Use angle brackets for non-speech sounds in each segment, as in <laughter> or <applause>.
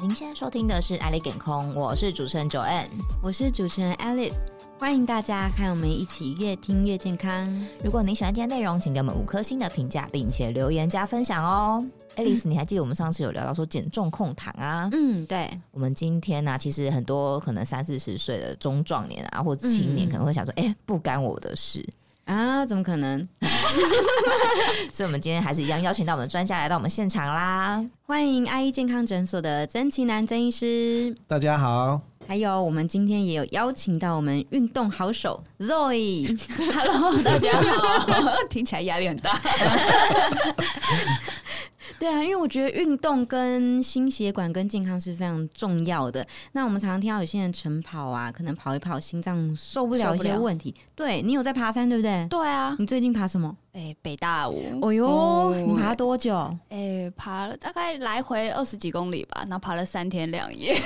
您现在收听的是《爱丽健空》，我是主持人 Joanne。我是主持人 Alice，欢迎大家和我们一起越听越健康。如果您喜欢今天内容，请给我们五颗星的评价，并且留言加分享哦。Alice，、你还记得我们上次有聊到说减重控糖啊？嗯，对，我们今天呢、其实很多可能三四十岁的中壮年啊，或青年嗯可能会想说，哎、不干我的事。啊，怎么可能？所以，我们今天还是一样邀请到我们的专家来到我们现场啦。欢迎爱医健康诊所的曾奇南曾医师，大家好，还有我们今天也有邀请到我们运动好手 <laughs> Zoe。 Hello，大家好， <laughs> 听起来压力很大。对啊，因为我觉得运动跟心血管跟健康是非常重要的。那我们常常听到有些人晨跑啊，可能跑一跑心脏受不了一受些不了问题。对你有在爬山对不对？对啊，你最近爬什么？哎、北大五，哦哟，哦你爬多久？哎、爬了大概来回二十几公里吧，然后爬了三天两夜。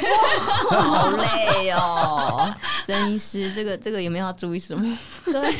好累哦， <laughs> 曾医师，这个这个有没有要注意什么？对，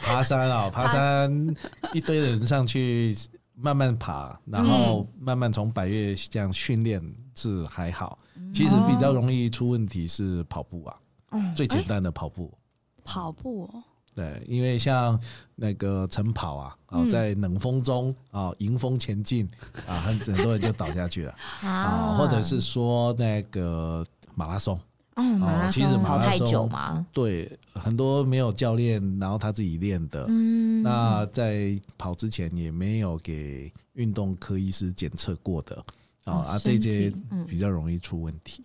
爬山啊、爬山一堆人上去慢慢爬，然后慢慢从百越这样训练是还好。其实比较容易出问题是跑步啊，哦最简单的跑步。 <laughs> 跑步、哦，对，因为像那个晨跑啊，啊，在冷风中啊，迎风前进啊，很很多人就倒下去了啊，或者是说那个马拉松，哦，马拉松，其实马跑拉太松久吗？对，很多没有教练，然后他自己练的，嗯，那在跑之前也没有给运动科医师检测过的啊、哦啊，身这体些嗯比较容易出问题。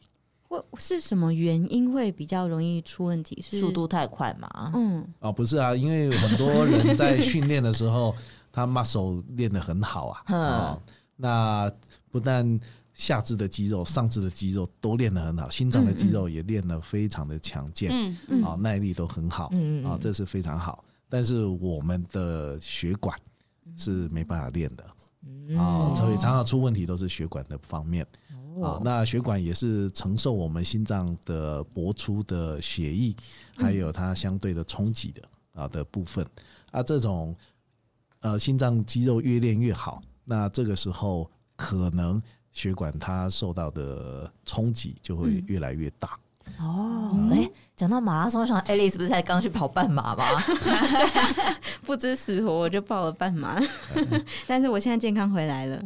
会是什么原因会比较容易出问题？是速度太快吗？嗯啊，不是啊，因为很多人在训练的时候， <laughs> 他 muscle 练得很好啊，嗯啊，那不但下肢的肌肉、上肢的肌肉都练得很好，心脏的肌肉也练得非常的强健啊、嗯，嗯，耐力都很好啊、嗯嗯嗯这是非常好。但是我们的血管是没办法练的，嗯啊、所以常常出问题都是血管的方面哦啊、那血管也是承受我们心脏的搏出的血液，嗯还有它相对的冲击的啊、的部分啊，这种呃心脏肌肉越练越好，那这个时候可能血管它受到的冲击嗯就会越来越大。哦，哎、讲到马拉松，我想 Alice 不是才刚去跑半马吗？不知死活我就报了半 <laughs> 马， <laughs> 但是我现在健康回来了。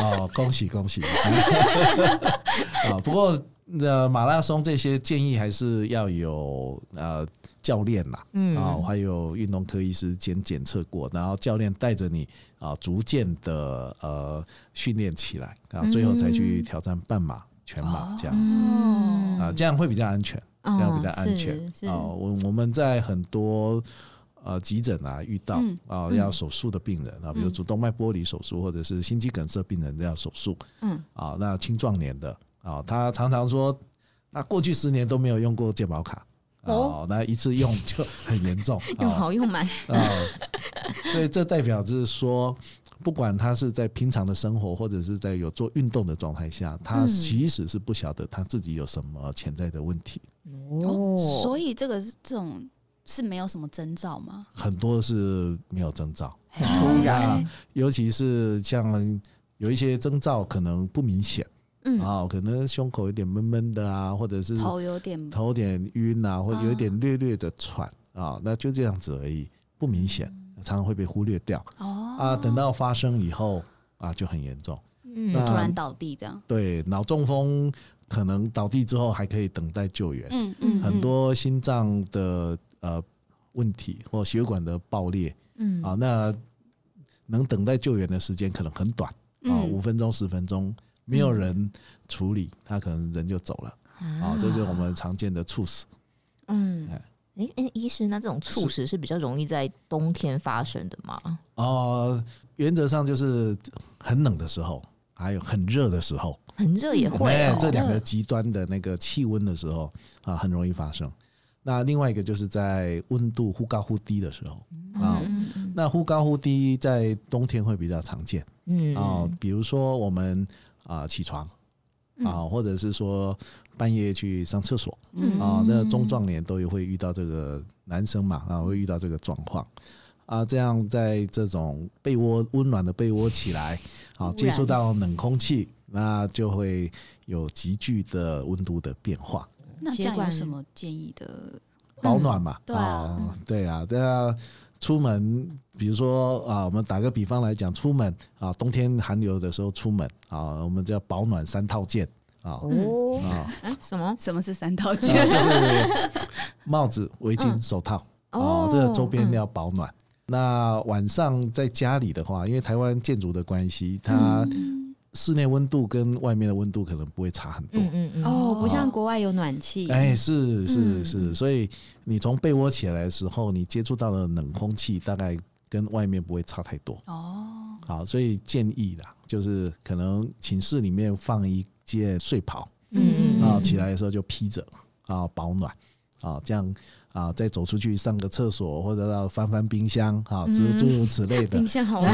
哦，恭喜恭喜！ <laughs> 啊，不过呃，马拉松这些建议还是要有呃教练啦，嗯，啊、还有运动科医师检检测过，然后教练带着你啊、逐渐的呃训练起来，啊，最后才去挑战半马、全马这样子。嗯啊，这样会比较安全，这样啊比较安全哦是是啊。我我们在很多呃急诊啊遇到嗯啊要手术的病人啊，比如主动脉剥离手术或者是心肌梗塞病人要手术，嗯啊，那青壮年的啊，他常常说，那过去十年都没有用过健保卡。哦哦，那一次用就很严 <laughs> 重，用啊好用满，啊，所以这代表就是说，不管他是在平常的生活，或者是在有做运动的状态下，他嗯其实是不晓得他自己有什么潜在的问题，哦，以所以这个是这种是没有什么征兆吗？哎很多是没有征兆，很突然，尤其是像有一些征兆可能不明显嗯啊、可能胸口有点闷闷的啊，或者是哎头有点头有点晕啊，或者啊有一点略略的喘啊，那就这样子而已，不明显，常常会被忽略掉嗯哦啊。等到发生以后啊，就很严重。嗯那突然倒地这样。对，脑中风可能倒地之后还可以等待救援，嗯嗯很多心脏的呃问题或血管的爆裂嗯啊，那能等待救援的时间可能很短啊，嗯五分钟十分钟，没有人处理，他可能人就走了啊，这就是我们常见的猝死。嗯哎、诶医师，那这种猝死是比较容易在冬天发生的吗？哦，原则上就是很冷的时候，还有很热的时候，很热嗯也会、哎哦，这两个极端的那个气温的时候啊，很容易发生。那另外一个就是在温度忽高忽低的时候嗯啊，嗯那忽高忽低在冬天会比较常见嗯啊，比如说我们啊起床嗯啊，或者是说半夜去上厕所嗯嗯啊，那中壮年都有会遇到这个男生嘛啊，会遇到这个状况。啊，这样在这种被窝温暖的被窝起来，啊，接触到冷空气那就会有急剧的温度的变化，那这血样有管什么建议的？保暖嘛，对啊哦对啊，对啊。出门，比如说啊，我们打个比方来讲，出门啊，冬天寒流的时候出门啊，我们叫保暖三套件啊哦，啊，啊什么？什么是三道啊件？就是帽子、围巾、嗯手套哦，这个周边要保暖。那晚上在家里的话，因为台湾建筑的关系，它室内温度跟外面的温度可能不会差很多。嗯嗯嗯，哦，不像哦国外有暖气，哎，是是嗯是，所以你从被窝起来的时候，你接触到的冷空气大概跟外面不会差太多。哦，好，所以建议啦，就是可能寝室里面放一件睡袍，嗯啊，嗯起来的时候就披着啊，保暖啊，这样啊，再走出去上个厕所，或者到翻翻冰箱啊，诸嗯诸如此类的冰箱好冷，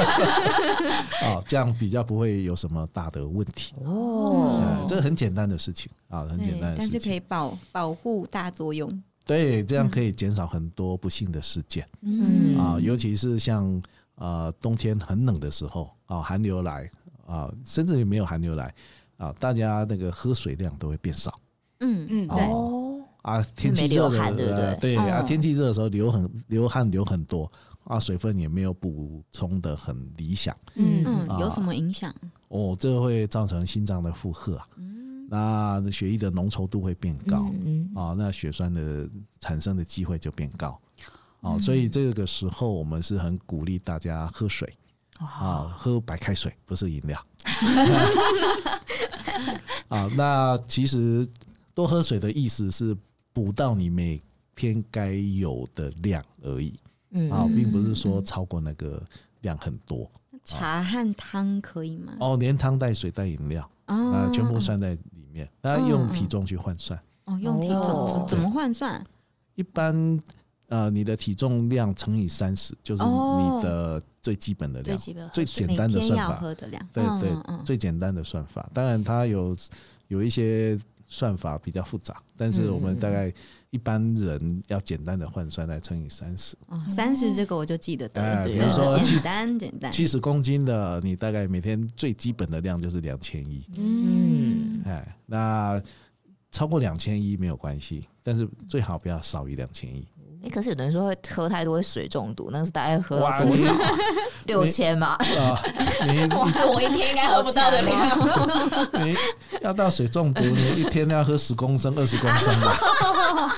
啊，这样比较不会有什么大的问题。哦嗯，这个很简单的事情啊，很简对，单的哎但事是可情，以嗯保保护大作用。对，这样可以减少很多不幸的事件嗯啊，尤其是像呃冬天很冷的时候啊，寒流来啊，甚至于没有寒流来啊，大家那个喝水量都会变少。嗯嗯，哦对，哦，啊，天气没热流的汗对不对呃对啊，嗯天气热的时候流很流汗流很多啊，水分也没有补充的很理想嗯嗯，有啊什么影响？哦，这会造成心脏的负荷啊，那血液的浓稠度会变高嗯啊，那血栓的产生的机会就变高。嗯哦，所以这个时候我们是很鼓励大家喝水啊，喝白开水，不是饮料。 <laughs> 啊，那其实多喝水的意思是补到你每天该有的量而已嗯啊，并不是说超过那个量很多茶和汤可以吗？哦，连汤带水带饮料啊，嗯哦全部算在里面。那用体重去换算，哦，用体重哦怎怎么换算？一般呃你的体重量乘以三十，就是哦你的最基本的最量，基本的最喝水简单的每天算要法。喝的量，对对嗯嗯，最简单的算法。当然，它有有一些算法比较复杂，但嗯是我们大概一般人要简单的换算来乘以三十，哦，三十这个我就记得得了，哎对比如说简单简单，七十公斤的，你大概每天最基本的量就是两千一，嗯哎，那超过两千一没有关系，但是最好不要少于两千一。哎，可是有的人说会喝太多会水中毒，那个是大概喝到哇多你少啊？六千嘛，啊， <laughs> 你这我一天应该喝不到的哦量。你要到水中毒，你一天要喝十公升、二十公升吧？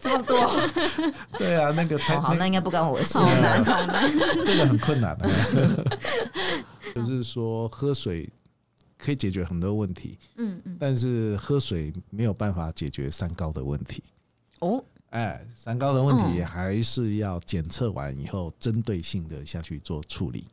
这么多。哦，对啊，那个 <laughs> 太好，那那应该不干我的事好。难对啊好难，这个很困难的、 <laughs> 就是说喝水可以解决很多问题，嗯嗯，但是喝水没有办法解决三高的问题。哦，哎，三高的问题嗯还是要检测完以后，针对性的下去做处理。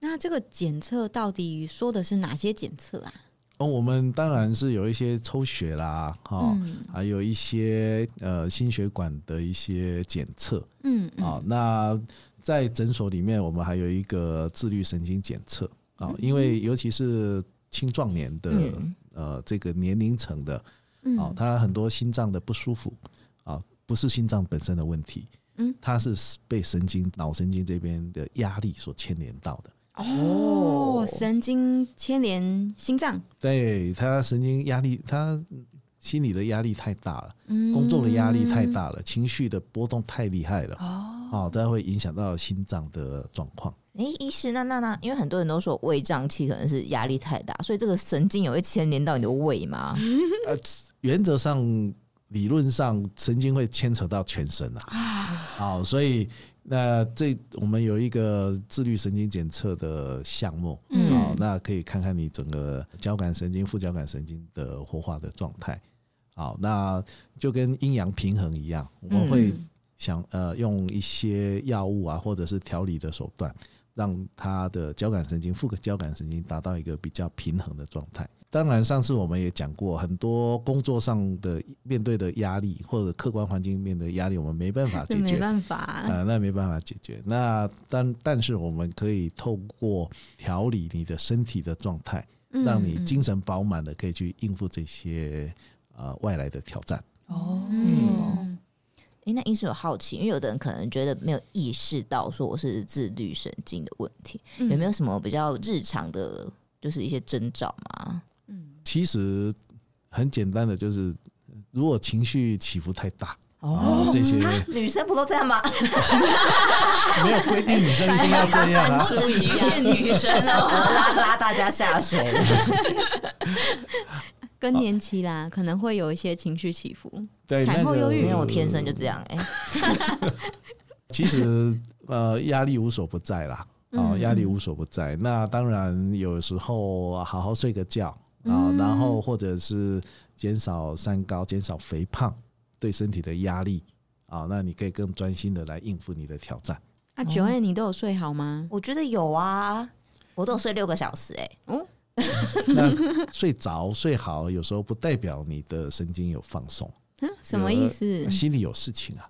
那这个检测到底说的是哪些检测啊？哦，我们当然是有一些抽血啦，哈、嗯还有一些呃心血管的一些检测嗯嗯啊。那在诊所里面，我们还有一个自律神经检测嗯啊，因为尤其是青壮年的、嗯呃这个年龄层的啊嗯，他很多心脏的不舒服啊，不是心脏本身的问题，嗯，它是被神经脑神经这边的压力所牵连到的。哦，神经牵连心脏，对他神经压力，他心理的压力太大了，嗯工作的压力太，大了，情绪的波动太厉害了，哦，哦，这会影响到心脏的状况。哎，医师，那那那，因为很多人都说胃胀气可能是压力太大，所以这个神经也会牵连到你的胃吗？原则上，理论上神经会牵扯到全身啊，好、所以那这我们有一个自律神经检测的项目。嗯哦，那可以看看你整个交感神经、副交感神经的活化的状态。好，那就跟阴阳平衡一样，我们会想呃用一些药物啊，或者是调理的手段，让它的交感神经、副交感神经达到一个比较平衡的状态。当然，上次我们也讲过，很多工作上的面对的压力或者客观环境面对的压力，我们没办法这解没决。办法，啊，那没办法解决。那但但是我们可以透过调理你的身体的状态，嗯让你精神饱满的可以去应付这些呃外来的挑战。哦，嗯哎，那医师有好奇，因为有的人可能觉得没有意识到说我是自律神经的问题，嗯有没有什么比较日常的就是一些征兆嘛？嗯其实很简单的，就是如果情绪起伏太 <laughs> 大，哦这些啊，女生不都这样吗？没有规定女生一定要这样 <laughs> 啊。只局限女生我哦。拉拉大家下水了。 <laughs> 更啊年期啦，可能会有一些情绪起伏。对，产那后个忧郁因为我天生就这样哎、其实呃，压力无所不在啦，啊、嗯压力无所不在。那当然有时候好好睡个觉啊、嗯然后或者是减少三高、减少肥胖对身体的压力啊、那你可以更专心的来应付你的挑战。啊，九月你都有睡好吗？我觉得有啊，我都有睡六个小时哎、那睡着睡好，有时候不代表你的神经有放松，啊什么意思？心里有事情啊，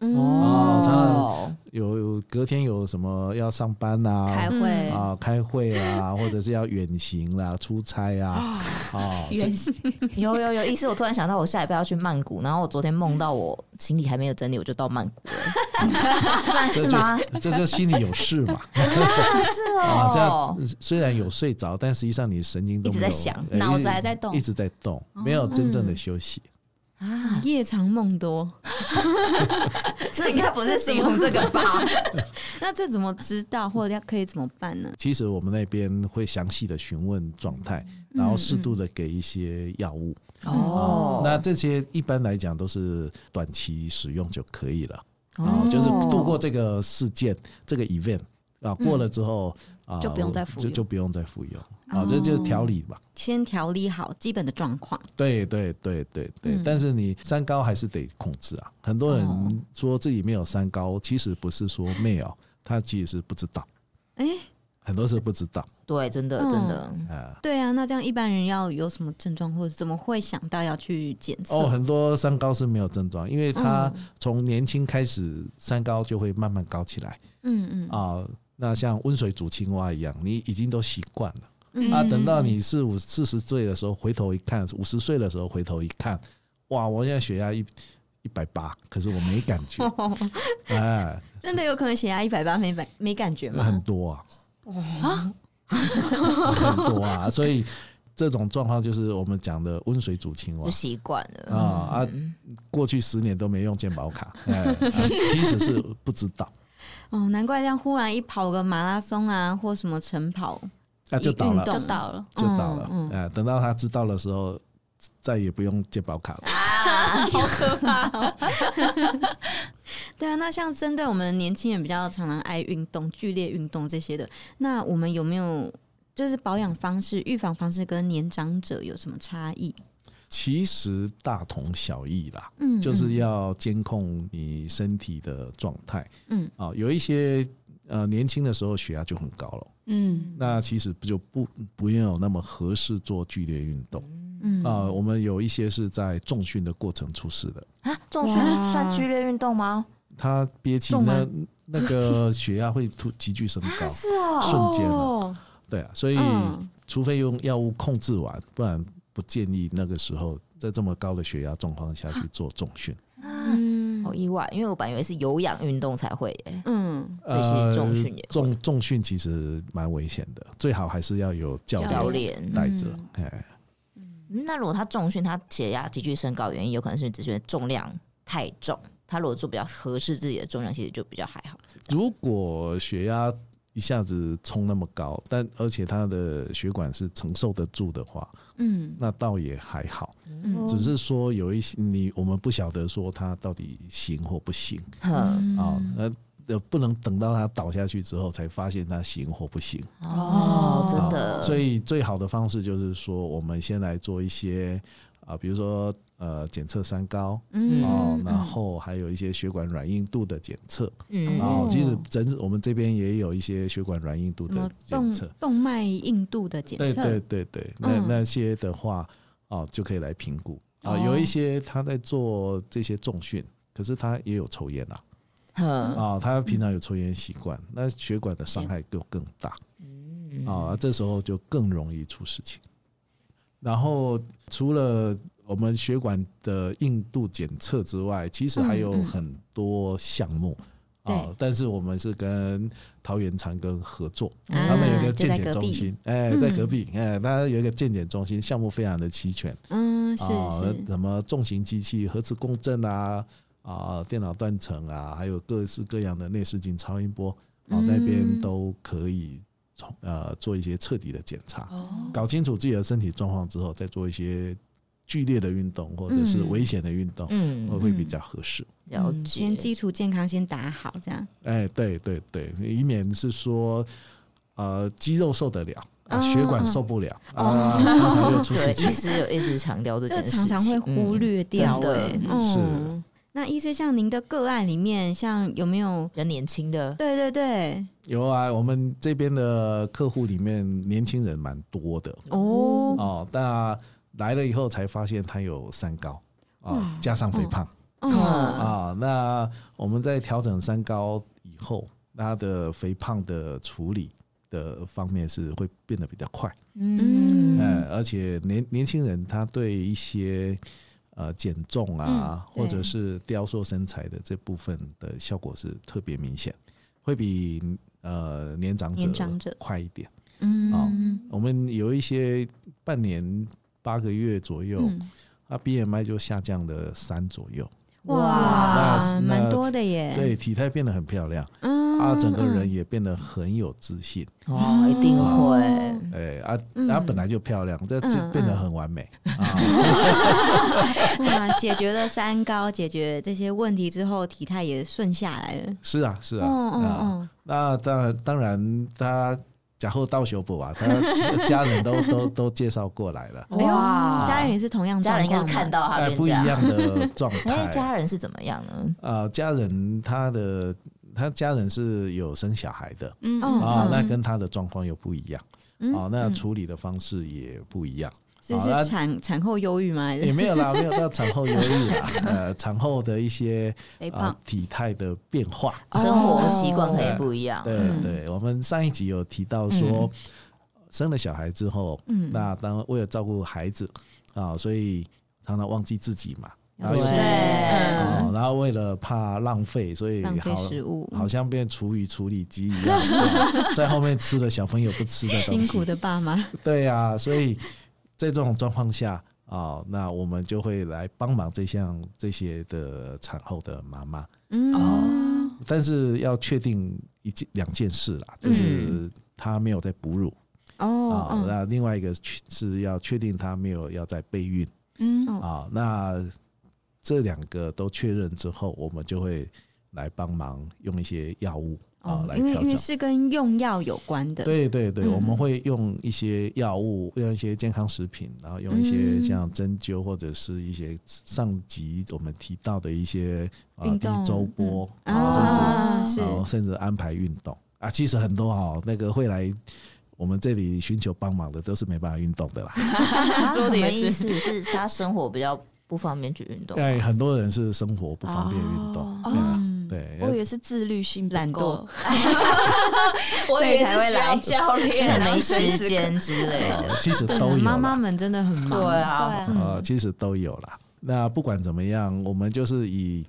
嗯哦常常有有隔天有什么要上班啊，开会会啊，开会啊，或者是要远行啦、出差啊，啊，原有有有意思，我突然想到，我下礼拜要去曼谷，然后我昨天梦到我行李还没有整理，我就到曼谷 <laughs> 了，算这是吗？就这就心里有事嘛啊是啊，这哦样，虽然有睡着，但实际上你神经都一直没有在想呃脑一子直还在动一直在动，哦没有真正的休息。啊，夜长梦多， <laughs> 这应该不是形容这个吧？那这怎么知道，或者要可以怎么办呢？其实我们那边会详细的询问状态，嗯然后适度的给一些药物。哦，那这些一般来讲都是短期使用就可以了，啊、哦就是度过这个事件这个 event 啊，过了之后啊、嗯就不用再服哦就用就不用再服用啊，这就是调理嘛。先调理好基本的状况。对对对对对，嗯但是你三高还是得控制啊。很多哦人说自己没有三高，其实不是说没有，嗯他其实是不知道，哎、很多是不知道对，真的真的，啊。对啊，那这样一般人要有什么症状，或者怎么会想到要去检测？哦，很多三高是没有症状，因为他从年轻开始，三高就会慢慢高起来嗯嗯啊、那像温水煮青蛙一样，你已经都习惯了。嗯啊，等到你四五四十岁的时候，回头一看，五十岁的时候回头一看，哇，我现在血压一一百八，可是我没感觉， <laughs> 哎，真的有可能血压一百八没感没感觉吗？很多啊，很多啊，所以这种状况就是我们讲的温水煮青蛙就习惯啊了。嗯啊，过去十年都没用健保卡，哎，啊其实是不知 <laughs> 道，哦，难怪这样忽然一跑个马拉松啊，或什么晨跑， <laughs> 那啊就倒运了，动啊就到了，就倒了，嗯嗯哎，等到他知道的时候，再也不用健保卡了。对啊，那像针对我们年轻人比较常常爱运动、剧烈运动这些的，那我们有没有就是保养方式、预防方式跟年长者有什么差异？其实大同小异啦，嗯就是要监控你身体的状态。嗯啊、有一些呃年轻的时候血压就很高了，嗯，那其实不就不不用有那么合适做剧烈运动嗯啊、我们有一些是在重训的过程出事的，啊，重训哇算剧烈运动吗？他憋气重吗那那个血压会突急剧升高 <laughs> 啊，，是哦，瞬间啊哦，对啊，所以嗯除非用药物控制完，不然不建议那个时候在这么高的血压状况下去做重训。啊，嗯好意外，因为我本来以为是有氧运动才会耶。嗯对其实重训也会重重训其实蛮危险的，最好还是要有教教练练，带着嗯。哎、嗯那如果他重训，他血压急剧升高，原因有可能是只是因为重量太重。他如果做比较合适自己的重量，其实就比较还好。如果血压一下子冲那么高，但而且他的血管是承受得住的话，嗯那倒也还好。嗯只是说有一些你我们不晓得说他到底行或不行嗯哼，啊、呃呃，不能等到他倒下去之后才发现他行或不行。哦，真呃的，所以最好的方式就是说，我们先来做一些啊、比如说呃检测三高嗯哦嗯，然后还有一些血管软硬度的检测嗯，哦哦，其实整我们这边也有一些血管软硬度什么的检动测，动脉硬度的检测，对对对对，那嗯那些的话哦就可以来评估啊，哦有一些他在做这些重训。可是他也有抽烟啦，哼，嗯啊、他平常有抽烟习惯，那血管的伤害就更大。嗯啊，这时候就更容易出事情。然后除了我们血管的硬度检测之外，其实还有嗯嗯很多项目对哦，但是我们是跟桃园长庚合作，啊他们有一个就在健检隔中壁心，哎，嗯在隔壁，哎，它有一个健检中心，项目非常的齐全嗯，是啊，是，什么重型机器、核磁共振啊，啊，电脑断层啊，还有各式各样的内视镜、超音波，哦，那边嗯都可以从呃做一些彻底的检查，哦，搞清楚自己的身体状况之后，再做一些剧烈的运动或者是嗯危险的运动，会嗯，会比较合适。了嗯解先。基础健康先打好，这样哎，对对对，以免是说，呃，肌肉受得了，啊，哦血管哦受不了，哦啊，常常又出事对，情一。直有一直强调这这件个事情， <laughs> 常常会忽嗯略掉真的欸嗯嗯，那医生像您的个案里面，像有没有？比较年轻的，对对对， <laughs> 有啊，我们这边的客户里面年轻人蛮多的哦哦，那来了以后才发现他有三高啊哇，加上肥哦胖嗯哦，啊，那我们在调整三高以后，他的肥胖的处理的方面是会变得比较快。嗯呃，而且年年轻人他对一些呃减重啊，嗯对或者是雕塑身材的这部分的效果是特别明显，会比呃年长年长者者快一点。哦嗯，我们有一些半年八个月左右，啊嗯他 BMI 就下降了三左右，那哇，是蛮那多的耶，对，体态变得很漂亮，嗯，啊，整个嗯人也变得很有自信，哦，一定会。哎啊，嗯他本来就漂亮，这这嗯变得嗯很完美啊。 <laughs> 哇，解决了三高，解决这些问题之后，体态也顺下来了。是啊，是啊，嗯嗯啊。嗯，那当然，当然他假后到修补啊，他家人都 <laughs> 都都介绍过来了，哎呦哇家人也是同样状家人应该是况吗，看到他变但哎不这一样，样的状哎，态。家人是怎么样呢？呃，家人他的他家人是有生小孩的嗯哦啊嗯，那跟他的状况又不一样嗯啊，那嗯处理的方式也不一样，这好那是产产后忧郁吗？还也是没有啦，没有到产后忧郁啦，呃，产后的一些肥呃胖，体态的变化，哦生活习惯可以不一样，对嗯对，我们上一集有提到说，生了小孩之后，嗯那当为了照顾孩子啊，所以常常忘记自己嘛，哦然后对又嗯哦，然后为了怕浪费，所以浪费好食物，嗯好像变厨余处理机一样，啊在后面吃了小朋友不吃的东辛苦西，的爸 <laughs> 妈，对呀、所以在这种状况下。啊，那我们就会来帮忙这项这些的产后的妈妈，嗯，但是要确定一件两件事啦，嗯就是她没有在哺乳哦，啊，嗯那另外一个确是要确定她没有要在备孕嗯哦啊。那这两个都确认之后，我们就会来帮忙用一些药物啊哦，来因为调因为整。是跟用药有关的，对对对，嗯我们会用一些药物，用一些健康食品，然后用一些嗯像针灸或者是一些上集我们提到的一些啊运低动周波嗯啊，甚至啊，甚是然后甚至安排运动啊，其实很多哦，那个会来我们这里寻求帮忙的都是没办法运动的啦。啊说什得么也意是思？是他生活比较不方便去运动，哎，很多人是生活不方便运动，哦对啊嗯，我以对，为是自律性不懒够惰， <laughs> 我以为所以才会是需要来教练，然后没随时时间之类的。呃其实对都有 <laughs> 妈妈啦，们真的很对忙，嗯看啊，对啊呃，其实都有啦。那不管怎么样，我们就是以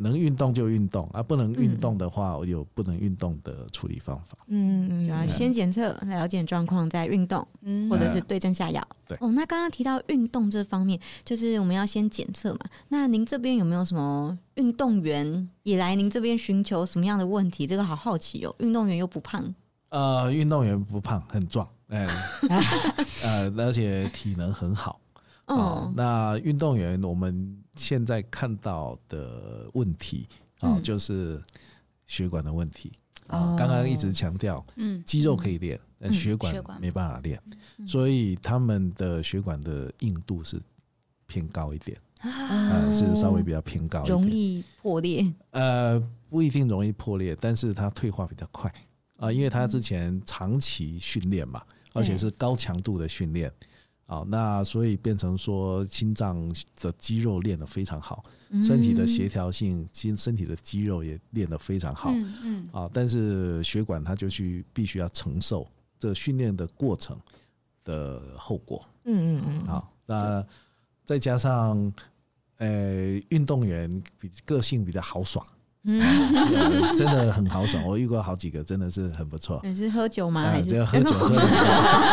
能运动就运动啊，不能运动的话，有不能运动的处理方法。嗯啊然后先检测了解状况再运动，嗯或者是对症下药。对哦，那刚刚提到运动这方面，就是我们要先检测嘛。那您这边有没有什么运动员也来您这边寻求什么样的问题？这个好好奇哦。运动员又不胖，呃，运动员不胖，很壮，哎，呃，而且体能很好。哦嗯，，那运动员我们现在看到的问题啊、嗯就是血管的问题哦啊。刚刚、一直强调，嗯肌肉可以练，但嗯血管血管没办法练，嗯所以他们的血管的硬度是偏高一点，啊呃，是稍微比较偏高一点，哦容易破裂。呃，不一定容易破裂，但是它退化比较快啊、嗯因为它之前长期训练嘛，而且是高强度的训练。啊，那所以变成说心脏的肌肉练得非常好， <laughs> 嗯身体的协调性、心身体的肌肉也练得非常好嗯嗯啊，但是血管它就去必须要承受这训练的过程的后果。嗯嗯嗯，好，那再加上呃，运动员比个性比较豪爽嗯对真的很豪爽。我遇过好几个，真的是很不错。 <laughs> 你是喝 <laughs> 酒吗？啊，还这是个喝酒喝的喝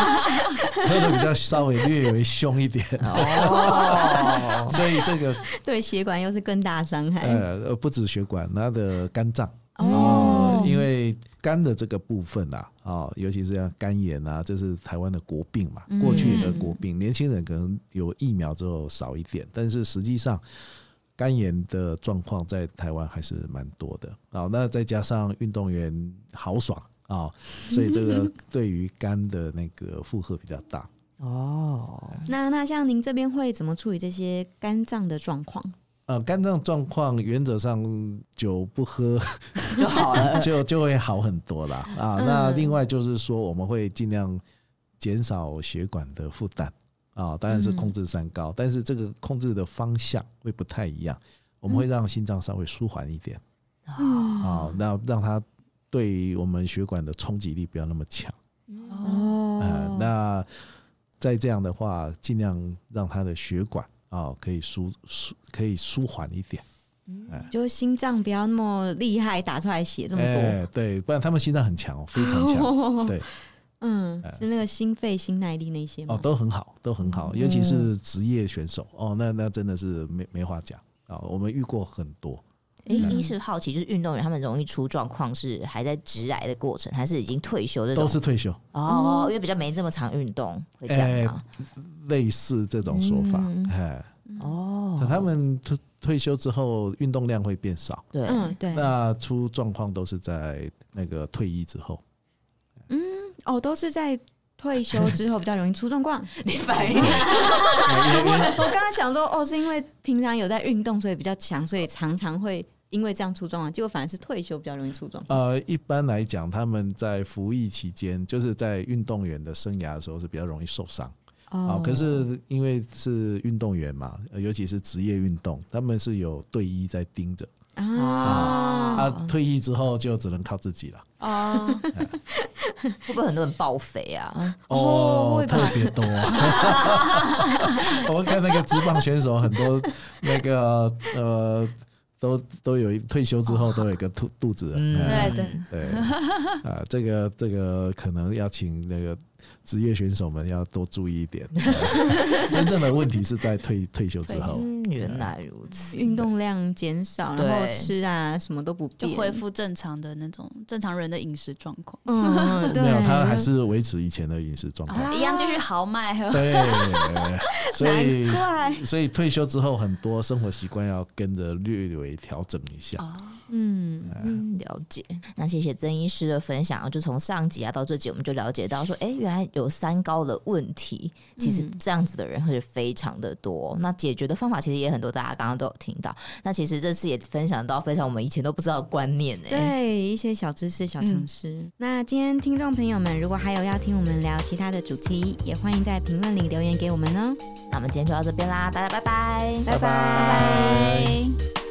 的比较 <laughs> 稍微略微凶一点，哦， <laughs> 所以这个 <laughs> 对血管又是更大伤害？呃呃不止血管，它的肝脏哦哦，因为肝的这个部分啊，哦，尤其是像肝炎啊，这是台湾的国病嘛，过去的国病，年轻人可能有疫苗之后少一点，但是实际上。肝炎的状况在台湾还是蛮多的啊、哦那再加上运动员豪爽啊、哦所以这个对于肝的那个负荷比较大。哦，那那像您这边会怎么处理这些肝脏的状况？呃，肝脏状况原则上酒不喝 <laughs> 就好了。 <laughs> 嗯就就会好很多啦啊。那另外就是说，我们会尽量减少血管的负担啊，当然是控制三嗯高，但是这个控制的方向会不太一样。我们会让心脏稍微舒缓一点嗯哦啊，那让它对我们血管的冲击力不要那么强。哦，哦呃，那再这样的话，尽量让它的血管啊、可以舒舒可以舒缓一点。就是心脏不要那么厉害，打出来血这么多。哎，对，不然他们心脏很强哦，非 <laughs> 常强。对，呃嗯，是那个心肺、心耐力那些吗？哦，都很好，都很嗯好，尤其是职业选手哦，那那真的是没没话讲啊、我们遇过很多，哎，嗯一是好奇，就是运动员他们容易出状况，是还在直来的过程，还是已经退休这种？都是退休，哦，因为比较没这么常运动，会这样吗？哎类似这种说法。嗯哎、哦，他们退退休之后，运动量会变少，对，嗯，对，那出状况都是在那个退役之后。哦，都是在退休 <laughs> 之后比较容易出状况。你反应我刚刚想说，哦，是因为平常有在运动，所以比较强，所以常常会因为这样出状况。结果反而是退休比较容易出状况。呃，一般来讲，他们在服役期间，就是在运动员的生涯的时候是比较容易受伤。哦啊、可是因为是运动员嘛，呃尤其是职业运动，他们是有队医在盯着。啊，啊，退役之后就只能靠自己了。哦，会不会很多人报肥啊？哦会吧特别 <laughs> 多。我们看那个职棒选手，很多那个呃，都都有一退休之后都有一个肚肚子了。嗯哎对对，对，啊，这个这个可能要请那个职业选手们要多注意一点。哎 <laughs> 真正的问题是在退退休之后。嗯，原来如此。啊运动量减少，对然后吃啊什么都不就变，恢。复正常的那种正常人的饮食状况，嗯，对， <laughs> 没有，他还是维持以前的饮食状况。啊一样继续豪迈 <laughs> 喝。对，所以难怪，所以退休之后，很多生活习惯要跟着略微调整一下。哦嗯，嗯，了解。那谢谢曾医师的分享，就从上集啊到这集，我们就了解到说，哎、原来有三高的问题，其实这样子的人会非常的多。那解决的方法其实也很多，大家刚刚都有听到。那其实这次也分享到非常我们以前都不知道的观念呢、对，一些小知识、小常识。那今天听众朋友们，如果还有要听我们聊其他的主题，也欢迎在评论里留言给我们哦。那我们今天就到这边啦，大家拜拜，拜拜拜